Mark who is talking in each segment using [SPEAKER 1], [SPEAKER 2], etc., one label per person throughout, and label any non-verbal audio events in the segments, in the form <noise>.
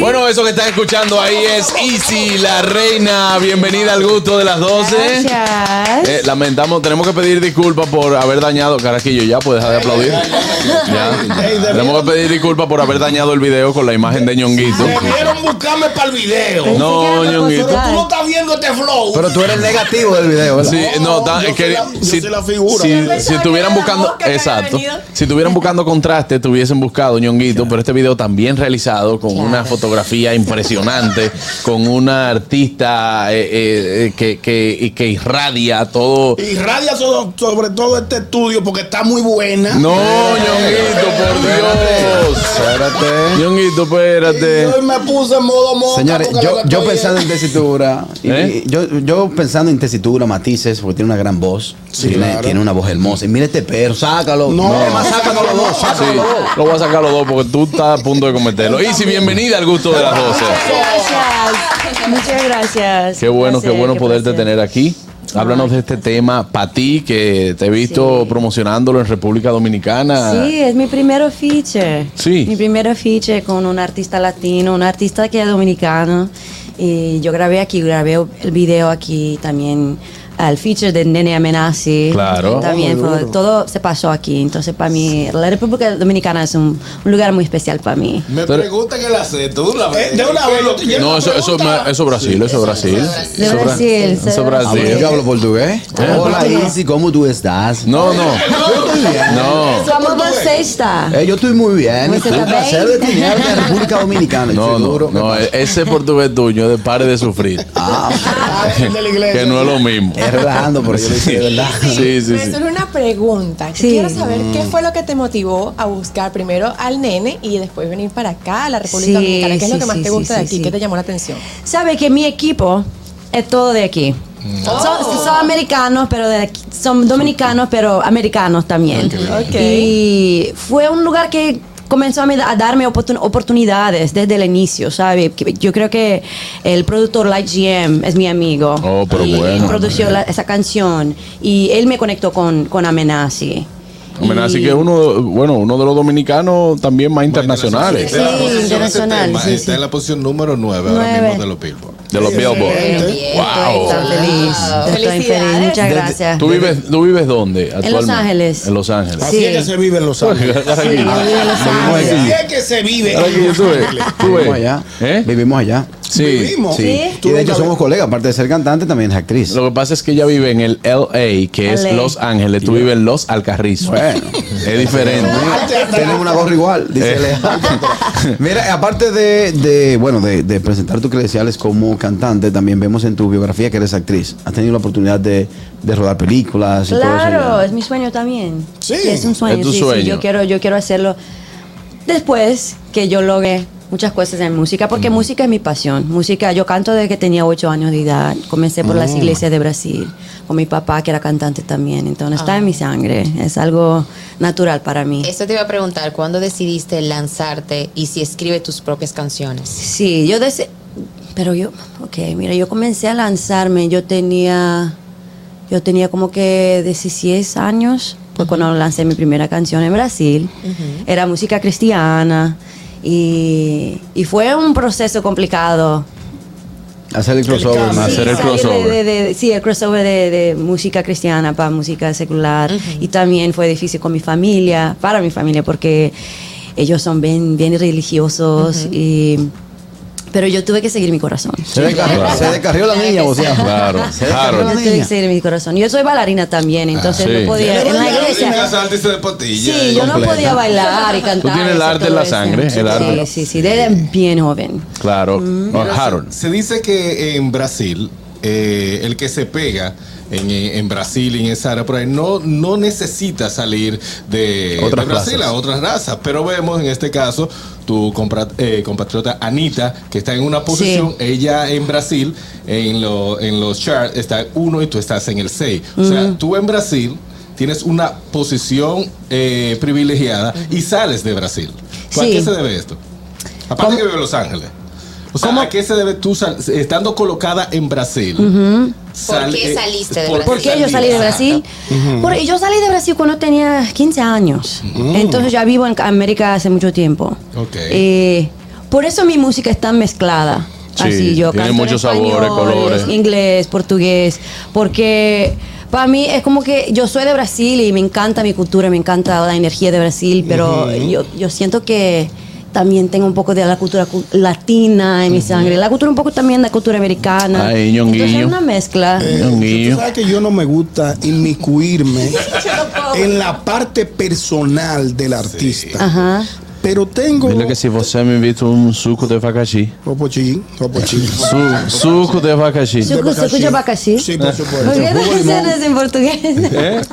[SPEAKER 1] Bueno, eso que estás escuchando ahí es Easy, la reina. Bienvenida al gusto de las 12.
[SPEAKER 2] Gracias.
[SPEAKER 1] Eh, lamentamos, tenemos que pedir disculpas por haber dañado. Carajillo, ya puedes dejar de aplaudir. Ya. Tenemos que pedir disculpas por haber dañado el video con la imagen de ñonguito.
[SPEAKER 3] Debieron buscarme para el video.
[SPEAKER 2] Pensé
[SPEAKER 1] No,
[SPEAKER 2] que era para
[SPEAKER 1] ñonguito.
[SPEAKER 3] Pero tú no
[SPEAKER 2] consultar.
[SPEAKER 3] estás viendo este flow.
[SPEAKER 4] Pero tú eres negativo del video, ¿verdad?
[SPEAKER 1] Sí, no, ta-
[SPEAKER 3] yo
[SPEAKER 1] es que
[SPEAKER 3] soy la- yo
[SPEAKER 1] si,
[SPEAKER 3] soy la figura.
[SPEAKER 1] si-
[SPEAKER 3] Yo
[SPEAKER 1] si estuvieran buscando, exacto, si estuvieran buscando contraste, estuviesen buscado ñonguito, pero este video también realizado con una fotografía impresionante, con una artista eh, eh, eh, que, que- y que irradia todo.
[SPEAKER 3] Irradia so- sobre todo este estudio porque está muy buena.
[SPEAKER 1] No, ñonguito, por Dios.
[SPEAKER 4] Espérate.
[SPEAKER 1] Ñonguito,
[SPEAKER 3] Y
[SPEAKER 1] espérate.
[SPEAKER 3] hoy me puse en modo modo.
[SPEAKER 4] Señores, yo, yo pensando en tesitura, y-
[SPEAKER 1] ¿Eh?
[SPEAKER 4] y yo, yo pensando en tesitura, matices, porque tiene una gran voz, tiene,
[SPEAKER 3] claro.
[SPEAKER 4] tiene una voz hermosa. Y mira este perro, sácalo.
[SPEAKER 3] No.
[SPEAKER 4] Es más, sácalo los dos,
[SPEAKER 1] Sí,
[SPEAKER 4] sácalo los dos.
[SPEAKER 1] lo voy a sacar los dos porque tú estás a punto de cometerlo. Y si bienvenida al gusto de las 12.
[SPEAKER 2] Gracias. Muchas gracias.
[SPEAKER 1] Qué bueno,
[SPEAKER 2] Placer,
[SPEAKER 1] qué bueno
[SPEAKER 2] qué
[SPEAKER 1] poderte
[SPEAKER 2] placer.
[SPEAKER 1] tener aquí. Háblanos de este tema para ti, que te he visto
[SPEAKER 2] Sí.
[SPEAKER 1] promocionándolo en República Dominicana.
[SPEAKER 2] Sí, es mi primero feature.
[SPEAKER 1] Sí.
[SPEAKER 2] Mi primero feature con un artista latino, un artista que es dominicano. Y yo grabé aquí, grabé el video aquí también. Al feature de Nene Amenazi.
[SPEAKER 1] Claro.
[SPEAKER 2] También fue- todo se pasó aquí. Entonces, para mí, la República Dominicana es un, un lugar muy especial para mí.
[SPEAKER 5] Me
[SPEAKER 1] Pero-
[SPEAKER 5] preguntan el acento, de una vez.
[SPEAKER 3] Eh, de una vez. yo- yo
[SPEAKER 1] No,
[SPEAKER 3] me
[SPEAKER 1] eso, eso,
[SPEAKER 3] pregunta-
[SPEAKER 1] eso Brasil, eso Brasil.
[SPEAKER 2] De
[SPEAKER 1] Eso Bra-
[SPEAKER 2] Brasil,
[SPEAKER 1] Eso
[SPEAKER 2] de
[SPEAKER 4] Ah, bueno,
[SPEAKER 1] Brasil.
[SPEAKER 4] yo hablo portugués.
[SPEAKER 1] ¿Eh?
[SPEAKER 4] Hola, Isi, ¿cómo tú estás?
[SPEAKER 1] No, no. No.
[SPEAKER 2] ¿Cómo você está?
[SPEAKER 4] Eh, yo estoy muy bien.
[SPEAKER 2] Pues,
[SPEAKER 4] Fue un
[SPEAKER 2] ¿está
[SPEAKER 4] placer
[SPEAKER 2] bien?
[SPEAKER 4] de tener <laughs> de República Dominicana.
[SPEAKER 1] No, no,
[SPEAKER 4] Seguro que
[SPEAKER 1] no, eh. e-,
[SPEAKER 4] pasa.
[SPEAKER 1] ese portugués tuyo de pare de
[SPEAKER 4] <laughs>
[SPEAKER 1] sufrir,
[SPEAKER 3] Ah, el de la iglesia.
[SPEAKER 1] que no es lo mismo.
[SPEAKER 4] Es relajando, pero yo lo hice de verdad.
[SPEAKER 1] Sí, sí,
[SPEAKER 6] Me
[SPEAKER 1] sí.
[SPEAKER 6] surge una pregunta. que
[SPEAKER 2] Sí.
[SPEAKER 6] Quiero saber qué fue lo que te motivó a buscar primero al nene y después venir para acá, a la República
[SPEAKER 2] Sí,
[SPEAKER 6] Dominicana. ¿Qué es
[SPEAKER 2] sí,
[SPEAKER 6] lo que más
[SPEAKER 2] sí,
[SPEAKER 6] te gusta
[SPEAKER 2] sí,
[SPEAKER 6] de aquí?
[SPEAKER 2] sí.
[SPEAKER 6] ¿Qué te llamó
[SPEAKER 2] <laughs>
[SPEAKER 6] la atención?
[SPEAKER 2] Sabe que mi equipo es todo de aquí. Son, son americanos, pero de aquí- son dominicanos, pero americanos también.
[SPEAKER 6] Ok.
[SPEAKER 2] Y fue un lugar que comenzó a, me- a darme oportun- oportunidades desde el inicio, ¿sabe? Que Yo creo que el productor Light GM es mi amigo.
[SPEAKER 1] Oh, pero
[SPEAKER 2] y
[SPEAKER 1] bueno.
[SPEAKER 2] Produció la- esa canción y él me conectó con, con Amenazi.
[SPEAKER 1] Bueno, Así
[SPEAKER 2] Y-
[SPEAKER 1] que uno, bueno, uno de los dominicanos también más internacionales,
[SPEAKER 2] Sí,
[SPEAKER 5] Está en la posición
[SPEAKER 2] internacional,
[SPEAKER 5] de este tema,
[SPEAKER 2] sí,
[SPEAKER 5] Está
[SPEAKER 2] sí.
[SPEAKER 5] en la posición número 9 ahora
[SPEAKER 2] Nueve.
[SPEAKER 5] mismo de los Billboard.
[SPEAKER 1] de los Billboard. Wow.
[SPEAKER 2] Estoy tan feliz. Estoy feliz.
[SPEAKER 6] Felicidades.
[SPEAKER 2] Muchas gracias.
[SPEAKER 1] ¿Tú vives, ¿Tú vives dónde? actualmente?
[SPEAKER 2] Ángeles.
[SPEAKER 1] En Los Ángeles.
[SPEAKER 4] Ah,
[SPEAKER 3] Así es que se vive en Los
[SPEAKER 4] pues,
[SPEAKER 3] Ángeles.
[SPEAKER 2] Sí, yo vivo en Los Ángeles.
[SPEAKER 3] Así es que se vive.
[SPEAKER 1] Ahora que yo tuve,
[SPEAKER 4] Vivimos
[SPEAKER 1] tuve.
[SPEAKER 4] allá.
[SPEAKER 1] ¿Eh?
[SPEAKER 4] Vivimos allá.
[SPEAKER 1] Sí.
[SPEAKER 3] Vivimos.
[SPEAKER 2] Sí.
[SPEAKER 4] Y de hecho somos colegas, aparte de ser cantante, también es actriz.
[SPEAKER 1] Lo que pasa es que ella vive en el LA, que es
[SPEAKER 2] LA.
[SPEAKER 1] Los Ángeles. Tú vives en Los Alcarrizos.
[SPEAKER 4] Bueno.
[SPEAKER 1] Es diferente.
[SPEAKER 2] Ah,
[SPEAKER 4] Tenemos Ah, una gorra igual, dice
[SPEAKER 1] Eh. <laughs>
[SPEAKER 4] Alejandro. Mira, aparte de, de, bueno, de, de presentar tus credenciales como cantante, también vemos en tu biografía que eres actriz. Has tenido la oportunidad de, de rodar películas y todo
[SPEAKER 2] Claro,
[SPEAKER 4] eso.
[SPEAKER 2] es mi sueño también.
[SPEAKER 3] Sí.
[SPEAKER 2] es un sueño.
[SPEAKER 1] Es tu
[SPEAKER 2] sí, sí,
[SPEAKER 1] sueño.
[SPEAKER 2] yo quiero, yo quiero hacerlo después que yo logre muchas cosas en música, porque música es mi pasión. Música, yo canto desde que tenía ocho años de edad. Comencé por las iglesias de Brasil con mi papá que era cantante también. Entonces está en mi sangre. Es algo natural para mí.
[SPEAKER 7] Eso te iba a preguntar, ¿cuándo decidiste lanzarte y si escribe tus propias canciones?
[SPEAKER 2] Sí, yo desde. Pero yo, ok, mira, yo comencé a lanzarme, yo tenía. Yo tenía como que 16 años, pues cuando lancé mi primera canción en Brasil. Era música cristiana. Y, y fue un proceso complicado.
[SPEAKER 4] Hacer el crossover.
[SPEAKER 3] cambio.
[SPEAKER 4] más.
[SPEAKER 1] Hacer
[SPEAKER 2] Sí,
[SPEAKER 1] el
[SPEAKER 2] salir de-
[SPEAKER 1] crossover.
[SPEAKER 2] de- de- sí, el crossover de, de música cristiana para música secular. Y también fue difícil con mi familia, para mi familia, porque ellos son bien, bien religiosos. y, pero yo tuve que seguir mi corazón.
[SPEAKER 4] Se, descarrió,
[SPEAKER 1] Claro.
[SPEAKER 4] se descarrió la niña, o sea.
[SPEAKER 1] Claro,
[SPEAKER 4] Se
[SPEAKER 1] claro.
[SPEAKER 4] descarrió
[SPEAKER 2] Yo
[SPEAKER 4] la
[SPEAKER 2] tuve que
[SPEAKER 4] niña.
[SPEAKER 2] seguir mi corazón. Yo soy bailarina también, entonces
[SPEAKER 1] Ah, sí.
[SPEAKER 2] no podía. En la
[SPEAKER 5] Y me
[SPEAKER 2] iglesia.
[SPEAKER 5] asalta y se despotilla.
[SPEAKER 2] Sí, yo no
[SPEAKER 4] Completa.
[SPEAKER 2] podía bailar y cantar.
[SPEAKER 1] tienes el
[SPEAKER 2] eso,
[SPEAKER 1] arte en
[SPEAKER 2] todo
[SPEAKER 1] la
[SPEAKER 2] eso.
[SPEAKER 1] sangre, el arte.
[SPEAKER 2] Sí, sí, sí, desde bien joven.
[SPEAKER 1] Claro.
[SPEAKER 2] Mm.
[SPEAKER 1] No,
[SPEAKER 5] Pero se-
[SPEAKER 1] Harold.
[SPEAKER 5] Se dice que en Brasil, eh, el que se pega en, en Brasil y en esa área por ahí, no, no necesita salir de,
[SPEAKER 4] Otras
[SPEAKER 5] de Brasil
[SPEAKER 4] razas.
[SPEAKER 5] a otras razas. Pero vemos en este caso tu compra- eh, compatriota Anita, que está en una posición, ella en Brasil, en, lo- en los charts, está en uno y tú estás en el 6. O sea, tú en Brasil. Tienes una posición eh, privilegiada y sales de Brasil. ¿Tú ¿A
[SPEAKER 2] Sí.
[SPEAKER 5] qué se debe esto? Aparte que vive en Los Ángeles. O sea, ¿a qué se debe tú sal- estando colocada en Brasil?
[SPEAKER 7] ¿Por
[SPEAKER 5] sal-
[SPEAKER 7] qué
[SPEAKER 5] eh,
[SPEAKER 7] saliste de
[SPEAKER 5] ¿por
[SPEAKER 7] Brasil?
[SPEAKER 2] ¿Por qué yo salí de Brasil? Porque yo salí de Brasil cuando tenía 15 años. Entonces ya vivo en América hace mucho tiempo.
[SPEAKER 5] Ok.
[SPEAKER 2] Eh, por eso mi música es tan mezclada.
[SPEAKER 1] Sí,
[SPEAKER 2] así yo
[SPEAKER 1] tiene
[SPEAKER 2] canto en
[SPEAKER 1] muchos sabores,
[SPEAKER 2] español,
[SPEAKER 1] colores.
[SPEAKER 2] Inglés, portugués. Porque para mí es como que yo soy de Brasil y me encanta mi cultura, me encanta la energía de Brasil, pero yo, yo siento que también tengo un poco de la cultura cu- latina en mi sangre. La cultura un poco también de la cultura americana.
[SPEAKER 1] Ay, Eh. ñonguillo.
[SPEAKER 2] Entonces es una mezcla.
[SPEAKER 1] Ñonguillo.
[SPEAKER 3] Tú sabes que yo no me gusta inmiscuirme
[SPEAKER 2] puedo.
[SPEAKER 3] en la parte personal del artista.
[SPEAKER 2] Ajá.
[SPEAKER 3] Pero tengo.
[SPEAKER 1] Dile que si você me invita un suco de abacaxi.
[SPEAKER 3] Popochín, popochín.
[SPEAKER 1] Su- suco de abacaxi.
[SPEAKER 2] Suco-
[SPEAKER 3] De abacaxí.
[SPEAKER 2] suco de abacaxí.
[SPEAKER 3] Sí, por supuesto.
[SPEAKER 2] ¿Por qué
[SPEAKER 3] Jugo de limón.
[SPEAKER 2] en portugués?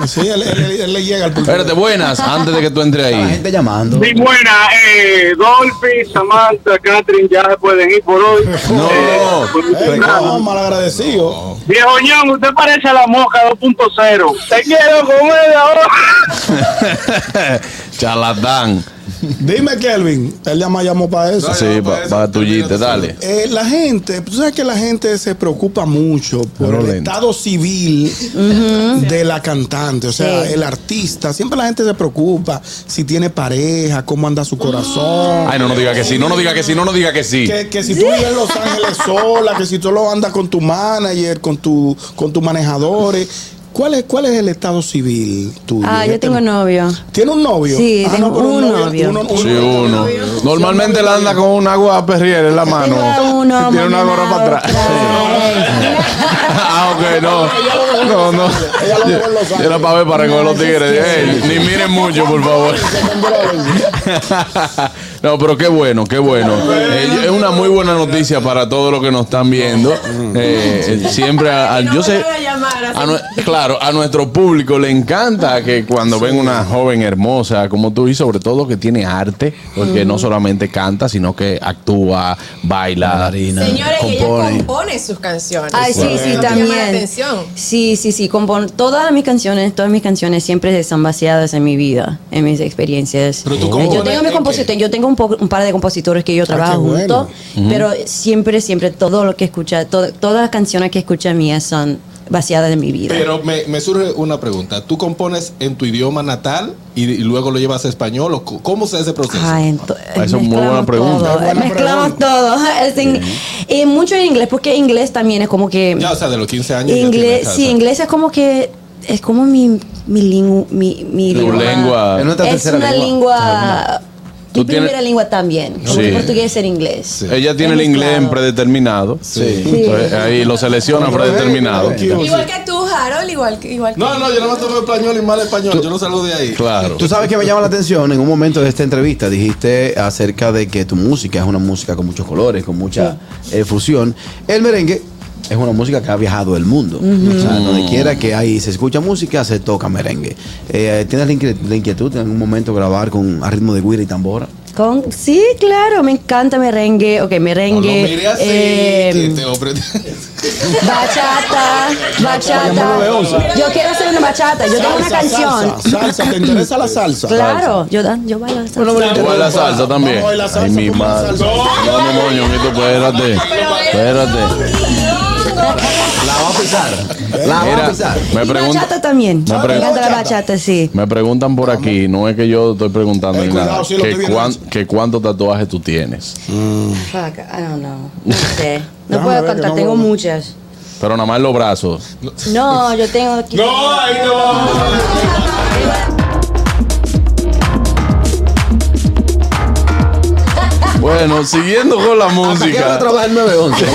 [SPEAKER 3] Sí, él, él- él le llega al pulpo.
[SPEAKER 1] Espérate, buenas, antes de que tú entres
[SPEAKER 4] La
[SPEAKER 1] ahí.
[SPEAKER 4] gente llamando.
[SPEAKER 8] Sí, buena. Eh, Dolphy, Samantha, Catherine ya se pueden ir por <laughs> hoy.
[SPEAKER 1] No.
[SPEAKER 8] Eh, por mi
[SPEAKER 3] Eh,
[SPEAKER 8] semana.
[SPEAKER 3] no, malagradecido.
[SPEAKER 8] Viejo Ñón, usted parece a la mosca 2.0. Te quiero comer ahora.
[SPEAKER 1] <laughs> Charlatán.
[SPEAKER 3] Dime, Kelvin, él ya me llamó para eso.
[SPEAKER 1] Sí, para pa tullite, dale.
[SPEAKER 3] Eh, la gente, tú sabes que la gente se preocupa mucho por
[SPEAKER 1] Pero
[SPEAKER 3] el
[SPEAKER 1] lento.
[SPEAKER 3] estado civil de la cantante, o sea,
[SPEAKER 2] Sí.
[SPEAKER 3] el artista. Siempre la gente se preocupa si tiene pareja, cómo anda su corazón.
[SPEAKER 1] Ay, no nos diga que sí, no nos diga que sí, no nos diga que sí.
[SPEAKER 3] Que, que si tú vives en Los
[SPEAKER 2] <laughs>
[SPEAKER 3] Ángeles sola, que si tú lo andas con tu manager, con tu con tus manejadores. ¿Cuál es, ¿Cuál es el estado civil tuyo? Este,
[SPEAKER 2] Ah, yo tengo novio.
[SPEAKER 3] ¿Tiene un novio?
[SPEAKER 2] Sí,
[SPEAKER 3] Ah,
[SPEAKER 2] tengo
[SPEAKER 3] pero
[SPEAKER 2] un novio.
[SPEAKER 1] Sí, uno. Normalmente la anda con una agua perrier en la mano.
[SPEAKER 2] Tengo a uno,
[SPEAKER 1] Ah, Tiene una gorra
[SPEAKER 2] mañana
[SPEAKER 1] para atrás. Ah, ok,
[SPEAKER 3] <laughs>
[SPEAKER 1] no. No, no.
[SPEAKER 3] Ella lo dejó en Los
[SPEAKER 1] Yo la
[SPEAKER 3] Ángeles.
[SPEAKER 1] pavé para recoger los tigres. Ey, ni miren mucho,
[SPEAKER 3] <laughs>
[SPEAKER 1] por favor. <laughs> No, pero qué bueno, qué bueno. Eh, es una muy buena noticia para todos los que nos están viendo.
[SPEAKER 3] Mm.
[SPEAKER 1] Eh, eh, siempre, a- a- yo sé, a nue- claro, a nuestro público le encanta que cuando ven una joven hermosa como tú y sobre todo que tiene arte, porque no solamente canta, sino que actúa, baila,
[SPEAKER 6] Señores, y ella
[SPEAKER 1] compone.
[SPEAKER 6] compone sus canciones.
[SPEAKER 2] Ay, sí,
[SPEAKER 6] Eso
[SPEAKER 2] sí,
[SPEAKER 6] llama la
[SPEAKER 2] también.
[SPEAKER 6] atención.
[SPEAKER 2] Sí, sí, sí. compon- todas mis canciones, todas mis canciones siempre están basadas en mi vida, en mis experiencias.
[SPEAKER 5] Pero tú
[SPEAKER 2] Eh,
[SPEAKER 5] compones
[SPEAKER 2] yo tengo
[SPEAKER 5] en
[SPEAKER 2] mis
[SPEAKER 5] qué?
[SPEAKER 2] compositores, yo tengo un, po- un par de compositores que yo trabajo
[SPEAKER 3] qué
[SPEAKER 2] junto,
[SPEAKER 3] bueno.
[SPEAKER 2] pero siempre, siempre todo lo que escucha, to- todas las canciones que escucha mías son basadas en mi vida.
[SPEAKER 5] Pero me, me surge una pregunta. ¿Tú compones en tu idioma natal y, y luego lo llevas a español? ¿O co- ¿Cómo se hace ese proceso?
[SPEAKER 2] Ay, ento-
[SPEAKER 1] Esa es muy buena
[SPEAKER 2] mezclamos
[SPEAKER 1] pregunta.
[SPEAKER 2] todo,
[SPEAKER 3] Buena
[SPEAKER 2] mezclamos
[SPEAKER 3] pregunta.
[SPEAKER 2] todo. <laughs> Es en- eh, mucho en inglés, porque inglés también es como que.
[SPEAKER 5] Ya, o sea, de los 15 años. ya
[SPEAKER 2] inglés,
[SPEAKER 5] tienes
[SPEAKER 2] sí,
[SPEAKER 5] casa.
[SPEAKER 2] inglés es como que. Es como mi, mi, lingu- mi, mi
[SPEAKER 1] Tu
[SPEAKER 2] idioma.
[SPEAKER 1] lengua.
[SPEAKER 4] Es nuestra
[SPEAKER 2] Es
[SPEAKER 4] tercera
[SPEAKER 2] una
[SPEAKER 4] lengua.
[SPEAKER 2] lengua.
[SPEAKER 1] Tú
[SPEAKER 2] Mi
[SPEAKER 1] tienes-
[SPEAKER 2] primera lengua también.
[SPEAKER 1] Sí.
[SPEAKER 2] El portugués en inglés.
[SPEAKER 1] Ella tiene
[SPEAKER 2] Es
[SPEAKER 1] el inglés en
[SPEAKER 2] mezclado.
[SPEAKER 1] predeterminado.
[SPEAKER 4] Sí.
[SPEAKER 1] Entonces, ahí lo selecciona predeterminado.
[SPEAKER 6] Igual que tú, Harold, igual que. Igual que
[SPEAKER 5] No, no, yo no me tomo español y mal español. Yo no salgo de ahí.
[SPEAKER 1] Claro.
[SPEAKER 4] Tú sabes que me llama la atención, en un momento de esta entrevista dijiste acerca de que tu música es una música con muchos colores, con mucha eh, fusión. El merengue es una música que ha viajado el mundo. O sea, donde quiera que ahí se escucha música, se toca merengue. Eh, ¿Tienes la, inquie- la inquietud de en algún momento grabar con a ritmo de guira y tambora?
[SPEAKER 2] Con, sí, claro, me encanta merengue. Ok,
[SPEAKER 5] No, no,
[SPEAKER 2] merengue.
[SPEAKER 5] mire así.
[SPEAKER 2] eh,
[SPEAKER 5] que te ofre-
[SPEAKER 2] Bachata, bachata. Yo quiero hacer una bachata. Yo tengo una canción.
[SPEAKER 3] Salsa, salsa, ¿te interesa la salsa?
[SPEAKER 2] Claro, yo, dan- yo bailo salsa.
[SPEAKER 1] Tú bailas salsa también.
[SPEAKER 3] Vamos a bailar salsa,
[SPEAKER 1] Ay, mi
[SPEAKER 3] tú bailas
[SPEAKER 1] madre.
[SPEAKER 3] salsa.
[SPEAKER 1] No, no, no, ñonguito, espérate. Espérate.
[SPEAKER 4] La va a pisar. La va
[SPEAKER 1] Mira,
[SPEAKER 4] a pisar.
[SPEAKER 1] me
[SPEAKER 2] y bachata
[SPEAKER 1] preguntan,
[SPEAKER 2] también.
[SPEAKER 1] Me
[SPEAKER 2] Me
[SPEAKER 1] pregunta-
[SPEAKER 2] encanta la bachata, sí.
[SPEAKER 1] me preguntan por aquí, no es que yo estoy preguntando
[SPEAKER 3] Ey,
[SPEAKER 1] ni
[SPEAKER 3] cuidado,
[SPEAKER 1] nada,
[SPEAKER 3] sí, lo
[SPEAKER 1] que,
[SPEAKER 3] estoy viendo.
[SPEAKER 1] cuán- que cuántos tatuajes tú tienes.
[SPEAKER 2] Fuck, I don't know. No
[SPEAKER 3] <laughs>
[SPEAKER 2] sé. No
[SPEAKER 3] Déjame
[SPEAKER 2] puedo
[SPEAKER 3] ver que
[SPEAKER 2] contar,
[SPEAKER 3] no
[SPEAKER 2] tengo
[SPEAKER 3] veo.
[SPEAKER 2] muchas.
[SPEAKER 1] Pero nada más en los brazos.
[SPEAKER 2] No,
[SPEAKER 3] <laughs>
[SPEAKER 2] yo tengo
[SPEAKER 5] <laughs>
[SPEAKER 2] aquí.
[SPEAKER 5] No, ahí no.
[SPEAKER 1] Bueno, siguiendo con
[SPEAKER 3] Ah,
[SPEAKER 1] la
[SPEAKER 4] ¿Hasta qué hora
[SPEAKER 1] música.
[SPEAKER 4] trabaja el
[SPEAKER 1] <laughs>
[SPEAKER 4] 911?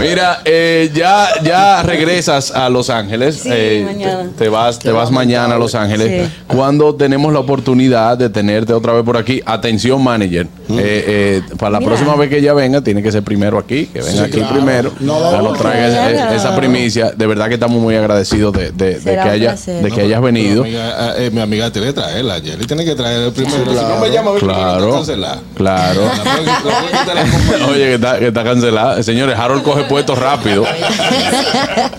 [SPEAKER 1] Mira, eh, ya, ya regresas a Los Ángeles.
[SPEAKER 2] Sí,
[SPEAKER 1] eh,
[SPEAKER 2] mañana.
[SPEAKER 1] Te, te vas, te vas mañana a Los Ángeles.
[SPEAKER 2] Sí.
[SPEAKER 1] Cuando tenemos la oportunidad de tenerte otra vez por aquí, atención manager.
[SPEAKER 5] Mm.
[SPEAKER 1] Eh, eh, para la
[SPEAKER 2] Mira.
[SPEAKER 1] próxima vez que ella venga, tiene que ser primero aquí, que venga aquí
[SPEAKER 3] claro.
[SPEAKER 1] primero.
[SPEAKER 3] No,
[SPEAKER 1] Ya nos traiga esa-
[SPEAKER 2] claro.
[SPEAKER 1] esa primicia. De verdad que estamos muy agradecidos de, de- de
[SPEAKER 2] Será
[SPEAKER 1] que
[SPEAKER 2] un
[SPEAKER 1] haya,
[SPEAKER 2] placer.
[SPEAKER 1] de que hayas venido.
[SPEAKER 5] eh, Mi amiga, eh, mi amiga tiene que traerla, Jelly tiene que traer el primero. Si no me llama, a mí primero,
[SPEAKER 1] Claro,
[SPEAKER 5] cancela. <laughs>
[SPEAKER 1] claro. <laughs>
[SPEAKER 5] La puedo- la puedo quitar la
[SPEAKER 2] <laughs>
[SPEAKER 5] compañía.
[SPEAKER 1] Oye, que está, que está cancelada. Señores, Harold coge
[SPEAKER 5] <laughs>
[SPEAKER 1] puestos rápido.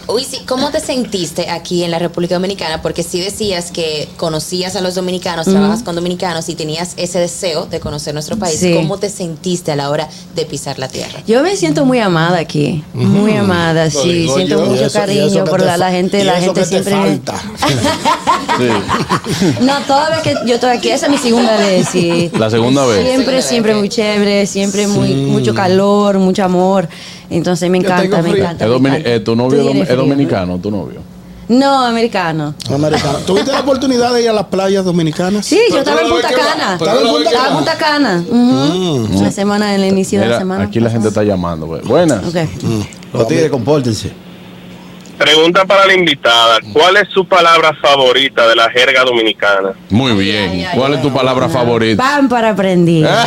[SPEAKER 7] Uy, sí, ¿cómo te sentiste aquí en la República Dominicana? Porque sí decías que conocías a los dominicanos, trabajas con dominicanos y tenías ese deseo de conocer nuestro país.
[SPEAKER 2] Sí.
[SPEAKER 7] ¿Cómo te sentiste a la hora de pisar la tierra?
[SPEAKER 2] Yo me siento muy amada aquí, muy amada,
[SPEAKER 5] Lo
[SPEAKER 2] sí,
[SPEAKER 5] digo
[SPEAKER 2] siento
[SPEAKER 5] yo.
[SPEAKER 3] Y
[SPEAKER 2] mucho
[SPEAKER 3] eso- y
[SPEAKER 2] cariño
[SPEAKER 3] eso que
[SPEAKER 2] por
[SPEAKER 3] te
[SPEAKER 2] la, la
[SPEAKER 3] fa-
[SPEAKER 2] gente,
[SPEAKER 3] y
[SPEAKER 2] la
[SPEAKER 3] eso
[SPEAKER 2] gente
[SPEAKER 3] que te
[SPEAKER 2] siempre.
[SPEAKER 3] falta.
[SPEAKER 1] Sí.
[SPEAKER 2] No, toda vez que yo estoy aquí, esa es mi segunda vez, sí.
[SPEAKER 1] La segunda vez.
[SPEAKER 2] Siempre,
[SPEAKER 7] Segunda
[SPEAKER 2] siempre
[SPEAKER 7] vez.
[SPEAKER 2] muy chévere, siempre muy mucho calor, mucho amor. Entonces me
[SPEAKER 4] Yo
[SPEAKER 2] encanta,
[SPEAKER 4] tengo
[SPEAKER 2] me
[SPEAKER 4] frío.
[SPEAKER 2] encanta.
[SPEAKER 1] Es
[SPEAKER 2] me
[SPEAKER 1] domini-
[SPEAKER 2] encanta.
[SPEAKER 1] eh, tu
[SPEAKER 2] Tú
[SPEAKER 1] novio es dom-
[SPEAKER 2] tienes
[SPEAKER 1] es
[SPEAKER 2] frío, ¿no?
[SPEAKER 1] dominicano, tu novio.
[SPEAKER 2] No, americano.
[SPEAKER 3] Americano. ¿Tuviste la oportunidad de ir a las playas dominicanas?
[SPEAKER 2] Sí, yo
[SPEAKER 5] Pero
[SPEAKER 2] estaba en
[SPEAKER 5] tú la
[SPEAKER 2] Punta
[SPEAKER 5] ves que va-
[SPEAKER 2] Cana.
[SPEAKER 5] pero
[SPEAKER 2] Estaba
[SPEAKER 5] tú
[SPEAKER 3] la
[SPEAKER 2] en
[SPEAKER 3] ves
[SPEAKER 2] Punta,
[SPEAKER 3] que
[SPEAKER 2] estaba en
[SPEAKER 3] va.
[SPEAKER 2] Punta Cana. ujú.
[SPEAKER 1] Mm.
[SPEAKER 2] La semana, en el inicio de la
[SPEAKER 1] Mira,
[SPEAKER 2] semana.
[SPEAKER 1] aquí la gente está llamando. güey. Buenas.
[SPEAKER 2] pasada. Ok.
[SPEAKER 4] Los tigres, compórtense.
[SPEAKER 8] Pregunta para la invitada. ¿Cuál es su palabra favorita de la jerga dominicana?
[SPEAKER 1] Muy bien. ¿Cuál es tu palabra favorita?
[SPEAKER 2] Pan para aprender.
[SPEAKER 1] Ah.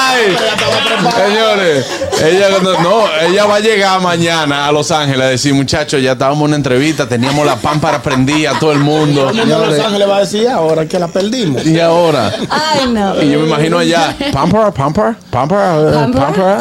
[SPEAKER 1] Ay, <laughs> señores, ella, no, no, ella va a llegar mañana a Los Ángeles a decir, muchachos, ya estábamos en una entrevista, teníamos la pan para prender a todo el mundo.
[SPEAKER 3] Todo el mundo en Los Ángeles va a decir "Ah, ahora que la perdimos.
[SPEAKER 1] Y ahora,
[SPEAKER 2] Ay, no.
[SPEAKER 1] y yo me imagino allá, pamper, pamper, pamper, eh,
[SPEAKER 2] Pampara. <laughs>
[SPEAKER 1] pamper.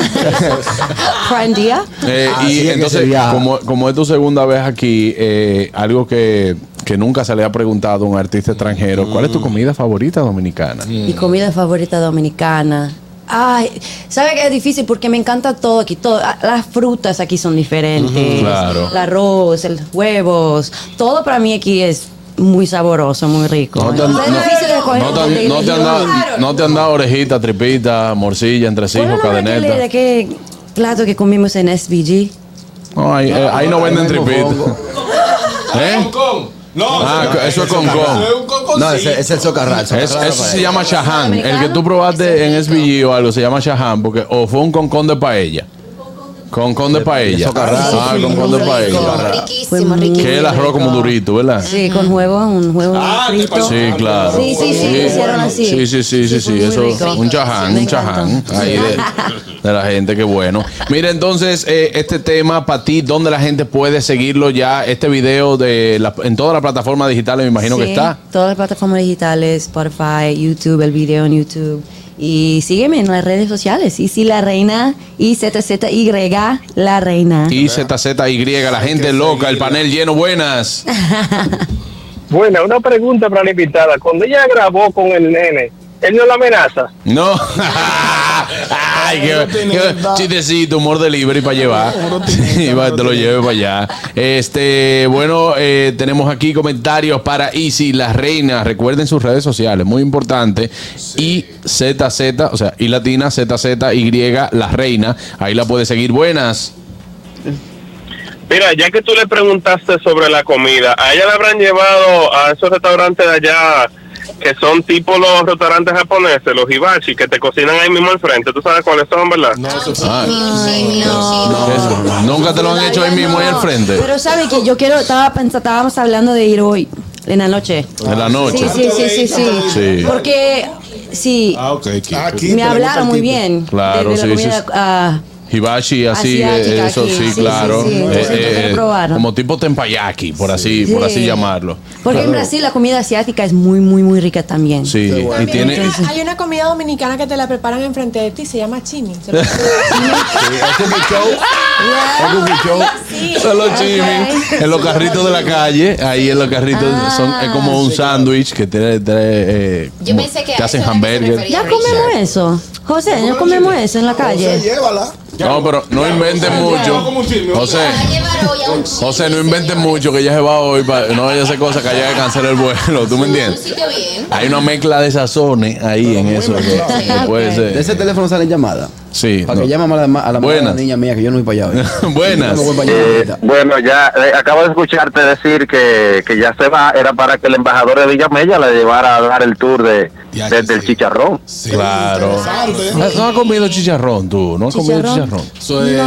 [SPEAKER 2] Prendía.
[SPEAKER 1] Eh,
[SPEAKER 4] Así es
[SPEAKER 1] y
[SPEAKER 4] Ah, que
[SPEAKER 1] entonces,
[SPEAKER 4] se viaja.
[SPEAKER 1] como, como es tu segunda vez aquí, eh, algo que, que nunca se le ha preguntado a un artista extranjero, ¿cuál
[SPEAKER 4] Mm.
[SPEAKER 1] es tu comida favorita dominicana?
[SPEAKER 2] Mi comida favorita dominicana. Ay, ¿sabe que es difícil? Porque me encanta todo aquí. Todo, Ah, las frutas aquí son diferentes.
[SPEAKER 1] claro.
[SPEAKER 2] El arroz, los huevos. Todo para mí aquí es muy sabroso, muy rico.
[SPEAKER 1] No te-
[SPEAKER 2] Entonces,
[SPEAKER 1] no-
[SPEAKER 2] es difícil de escoger
[SPEAKER 1] No te,
[SPEAKER 2] porque
[SPEAKER 1] han- no te han
[SPEAKER 2] yo-
[SPEAKER 1] dado, no te han dado orejita, tripita, morcilla,
[SPEAKER 2] ¿Cuál
[SPEAKER 1] entrecijos,
[SPEAKER 2] es la hora que le-
[SPEAKER 1] cadeneta.
[SPEAKER 2] de qué plato que comimos en SBG?
[SPEAKER 1] No, ahí, eh, ahí no venden
[SPEAKER 4] Tenemos
[SPEAKER 1] tripita.
[SPEAKER 4] hongo.
[SPEAKER 1] ¿Eh?
[SPEAKER 5] Con con. No,
[SPEAKER 1] Ah,
[SPEAKER 5] eso-
[SPEAKER 1] eso es con con.
[SPEAKER 5] Eso es un con
[SPEAKER 4] No, ese ese es el socarral.
[SPEAKER 1] Es-
[SPEAKER 4] socarral
[SPEAKER 1] eso
[SPEAKER 4] para
[SPEAKER 1] se
[SPEAKER 4] él.
[SPEAKER 1] llama Shahan. El que
[SPEAKER 2] ¿Americano?
[SPEAKER 1] tú probaste en SBG o algo se llama Shahan porque o fue un concón de paella. Concón de paella.
[SPEAKER 4] socarrado.
[SPEAKER 1] Ah, concón de paella.
[SPEAKER 7] Riquísimo, riquísimo.
[SPEAKER 1] Que el arroz como durito, ¿verdad?
[SPEAKER 2] Sí, con huevo, un huevo
[SPEAKER 5] Ah, te
[SPEAKER 2] frito.
[SPEAKER 5] pasó.
[SPEAKER 1] Sí, claro.
[SPEAKER 2] Sí, sí, sí, lo hicieron así.
[SPEAKER 1] Sí, sí, sí, sí,
[SPEAKER 2] Sí,
[SPEAKER 1] sí,
[SPEAKER 2] fue muy
[SPEAKER 1] eso,
[SPEAKER 2] rico.
[SPEAKER 1] un chaján,
[SPEAKER 2] Me
[SPEAKER 1] un chaján,
[SPEAKER 2] encantó.
[SPEAKER 1] ahí de,
[SPEAKER 2] <laughs>
[SPEAKER 1] de la gente, qué bueno. Mira, entonces, eh, este tema para ti, ¿dónde la gente puede seguirlo ya? Este video de la- en todas las plataformas digitales, me imagino que
[SPEAKER 2] Sí,
[SPEAKER 1] está.
[SPEAKER 2] Todas las plataformas digitales, Spotify, YouTube, el video en YouTube. Y sígueme en las redes sociales. Y si la reina, IZZY, la reina.
[SPEAKER 1] Y ZZY, la gente loca, el panel lleno, buenas.
[SPEAKER 8] Bueno, una pregunta para la invitada. Cuando ella grabó con el nene, él no la amenaza.
[SPEAKER 1] No. <laughs> Ay, qué, qué chistecito, humor delivery para llevar. <laughs> Sí, va, te lo lleve para allá. Este, bueno, eh, tenemos aquí comentarios para Easy, las reinas. Recuerden sus redes sociales, muy importante. Y ZZ, o sea, y latina, ZZ, Y, las reinas. Ahí la puedes seguir. Buenas.
[SPEAKER 8] Mira, ya que tú le preguntaste sobre la comida, ¿a ella le habrán llevado a esos restaurantes de allá que son tipo los restaurantes japoneses, los hibachi, que te cocinan ahí mismo al frente? ¿Tú sabes cuáles son, verdad?
[SPEAKER 5] No, eso fue.
[SPEAKER 1] Ah,
[SPEAKER 7] Ay, no.
[SPEAKER 1] eso. Nunca te lo han hecho ahí
[SPEAKER 2] Todavía
[SPEAKER 1] mismo, ahí
[SPEAKER 2] no.
[SPEAKER 1] al frente.
[SPEAKER 2] Pero sabe que yo quiero, estaba pensando, estábamos hablando de ir hoy, en la noche.
[SPEAKER 1] En la noche.
[SPEAKER 2] Sí, sí, sí, sí, sí.
[SPEAKER 1] Sí.
[SPEAKER 2] Porque, sí,
[SPEAKER 5] Ah, ok, ok.
[SPEAKER 3] Aquí
[SPEAKER 2] me
[SPEAKER 3] tenemos
[SPEAKER 2] hablaron
[SPEAKER 3] al
[SPEAKER 2] muy
[SPEAKER 3] tipo.
[SPEAKER 2] bien. de-
[SPEAKER 1] Claro,
[SPEAKER 2] de,
[SPEAKER 1] sí,
[SPEAKER 2] la
[SPEAKER 1] sí,
[SPEAKER 2] comida,
[SPEAKER 1] sí.
[SPEAKER 2] ah,
[SPEAKER 1] Hibashi, así,
[SPEAKER 2] Asiática,
[SPEAKER 1] eh, eso
[SPEAKER 2] ah, aquí,
[SPEAKER 1] sí,
[SPEAKER 2] sí, sí,
[SPEAKER 1] claro.
[SPEAKER 2] sí.
[SPEAKER 1] Eh,
[SPEAKER 2] Sí, yo quiero
[SPEAKER 1] eh,
[SPEAKER 2] probar.
[SPEAKER 1] como tipo tempayaki, por así, por así
[SPEAKER 2] Sí.
[SPEAKER 1] llamarlo.
[SPEAKER 2] porque en Brasil la comida asiática es muy, muy, muy rica también.
[SPEAKER 1] Sí, y
[SPEAKER 6] También
[SPEAKER 1] tiene.
[SPEAKER 6] hay, una, hay una comida dominicana que te la preparan enfrente de ti, se llama chimi.
[SPEAKER 1] <laughs>
[SPEAKER 6] Se lo-
[SPEAKER 4] Sí, es un show. Es un show.
[SPEAKER 6] <laughs> Sí.
[SPEAKER 1] Son los chimis, en los carritos de la calle, ahí en los carritos son es como un sándwich que tiene, tiene, eh,
[SPEAKER 7] Yo
[SPEAKER 1] como-
[SPEAKER 7] pensé que
[SPEAKER 1] te
[SPEAKER 7] a
[SPEAKER 1] hacen
[SPEAKER 7] eso era que se
[SPEAKER 1] hamburger.
[SPEAKER 7] refería.
[SPEAKER 2] Ya comemos eso. José, ya comemos eso en la
[SPEAKER 3] José,
[SPEAKER 2] calle.
[SPEAKER 3] llévala.
[SPEAKER 1] No, pero no inventen mucho.
[SPEAKER 5] como un chisme,
[SPEAKER 1] José, José, no inventen mucho que ella se va hoy, pa- no vaya a hacer cosas que haya que cancelar el vuelo, ¿tú me entiendes?
[SPEAKER 7] bien.
[SPEAKER 1] Hay una mezcla de sazones ahí en eso que, que puede
[SPEAKER 4] De ese
[SPEAKER 1] ser.
[SPEAKER 4] teléfono salen llamadas.
[SPEAKER 1] Sí.
[SPEAKER 4] Para
[SPEAKER 1] no.
[SPEAKER 4] que llame a la, a la madre de la
[SPEAKER 1] Buenas.
[SPEAKER 4] niña mía, que yo no voy para
[SPEAKER 1] <laughs>
[SPEAKER 4] allá. hoy. Yo
[SPEAKER 1] Buenas.
[SPEAKER 4] no voy para allá ahorita.
[SPEAKER 8] bueno, ya acabo de escucharte decir que, ya se va. Era para que el embajador de Villamella la llevara a dar el tour de,
[SPEAKER 5] Ya, desde el sí.
[SPEAKER 8] chicharrón.
[SPEAKER 5] Sí.
[SPEAKER 1] Claro.
[SPEAKER 6] Ay, sí.
[SPEAKER 2] Ah,
[SPEAKER 1] No, no has comido chicharrón tú, no has comido chicharrón.
[SPEAKER 5] Eso es-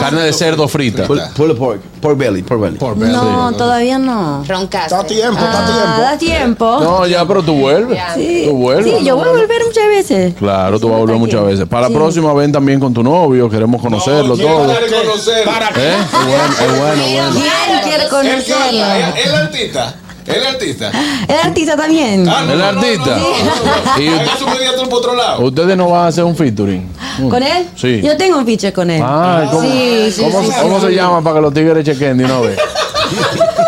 [SPEAKER 1] Carne de cerdo frita.
[SPEAKER 4] Pull- Pull the pork. Pork belly. Pork belly.
[SPEAKER 5] Por ver.
[SPEAKER 2] No, todavía no.
[SPEAKER 3] Está a
[SPEAKER 7] Roncaste.
[SPEAKER 3] tiempo, está a
[SPEAKER 2] Ah,
[SPEAKER 3] tiempo.
[SPEAKER 2] da tiempo.
[SPEAKER 1] No, ya, pero tú vuelves.
[SPEAKER 2] Sí,
[SPEAKER 1] Tú vuelves.
[SPEAKER 2] sí, yo voy a volver muchas veces.
[SPEAKER 1] Claro, tú vas a volver muchas veces. Para
[SPEAKER 2] Sí.
[SPEAKER 1] la próxima, ven también con tu novio. Queremos conocerlo
[SPEAKER 5] No, quiero
[SPEAKER 1] todo.
[SPEAKER 5] darle conocer.
[SPEAKER 1] ¿Eh? Es bueno, es bueno, es bueno.
[SPEAKER 2] ¿Quién quiere
[SPEAKER 5] Él que habla,
[SPEAKER 2] conocerlo?
[SPEAKER 5] él- él artista. El artista.
[SPEAKER 2] El artista también.
[SPEAKER 5] Ah,
[SPEAKER 1] El artista. Sí.
[SPEAKER 5] Haga su mediatur por otro lado.
[SPEAKER 1] Ustedes no van a hacer un featuring.
[SPEAKER 2] ¿Con él?
[SPEAKER 1] Sí.
[SPEAKER 2] Yo tengo un feature con él.
[SPEAKER 1] Ah, ¿cómo,
[SPEAKER 2] Sí, sí,
[SPEAKER 1] cómo-
[SPEAKER 2] sí,
[SPEAKER 1] cómo
[SPEAKER 2] sí.
[SPEAKER 1] se llama para que los tigres chequen de una
[SPEAKER 4] <laughs>
[SPEAKER 1] vez?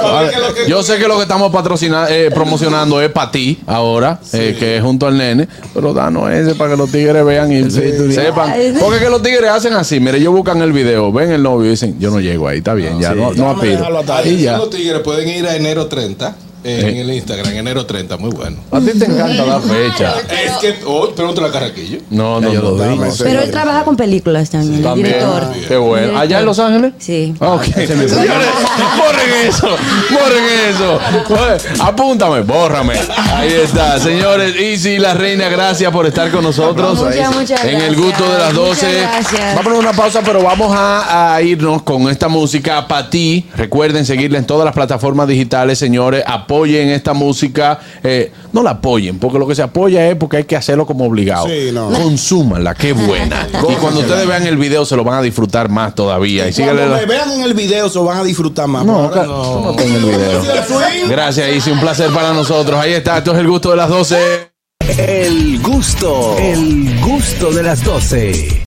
[SPEAKER 5] A ver qué es lo que-
[SPEAKER 1] Yo sé que lo que estamos patrocina- eh, promocionando es para ti ahora, eh, que es junto al nene, pero danos ese para que los tigres vean y se- sepan.
[SPEAKER 2] Ay,
[SPEAKER 1] Porque es que los tigres hacen así, mire, ellos buscan el video, ven el novio y dicen, yo no llego ahí, está bien, ya, no, no
[SPEAKER 3] Déjame
[SPEAKER 1] apiro.
[SPEAKER 3] dejarlo hasta ahí.
[SPEAKER 1] Y ya.
[SPEAKER 5] Los tigres pueden ir a enero 30 en
[SPEAKER 1] Eh.
[SPEAKER 5] el Instagram. Enero 30, muy bueno.
[SPEAKER 1] A ti te encanta la fecha.
[SPEAKER 7] Pero-
[SPEAKER 5] es que
[SPEAKER 3] oh,
[SPEAKER 5] hoy pregúntale a Carraquillo.
[SPEAKER 1] No, no,
[SPEAKER 4] Ya yo
[SPEAKER 1] no,
[SPEAKER 4] lo
[SPEAKER 1] no,
[SPEAKER 4] dije.
[SPEAKER 1] no.
[SPEAKER 2] Pero él trabaja con películas también, el
[SPEAKER 1] También.
[SPEAKER 2] director.
[SPEAKER 1] Qué bueno. ¿Allá en Los Ángeles?
[SPEAKER 2] Sí.
[SPEAKER 1] Ah, Ok. Señores, borren eso. Borren eso. Oye, Apúntame, bórrame. Ahí está, señores. Easy, la reina, gracias por estar con nosotros.
[SPEAKER 2] Muchas, muchas
[SPEAKER 1] En el gusto de las
[SPEAKER 2] gracias.
[SPEAKER 1] 12.
[SPEAKER 2] Muchas gracias.
[SPEAKER 1] Vamos a una pausa, pero vamos a, a irnos con esta música para ti. Recuerden seguirla en todas las plataformas digitales, señores. Apoyen esta música. Eh, no la apoyen, porque lo que se apoya es porque hay que hacerlo como obligado.
[SPEAKER 3] Sí, no.
[SPEAKER 1] Consúmanla, qué
[SPEAKER 3] <laughs>
[SPEAKER 1] buena. y cuando ustedes vean el video, se lo van a disfrutar más todavía. Y síganle
[SPEAKER 3] Cuando
[SPEAKER 1] la-
[SPEAKER 3] me vean en el video, se van a disfrutar más.
[SPEAKER 1] No,
[SPEAKER 3] Ahora
[SPEAKER 1] acá- no tengo el video. Gracias, Isi. Un placer para nosotros. Ahí está. Esto es el gusto de las 12.
[SPEAKER 9] El gusto, el gusto de las 12.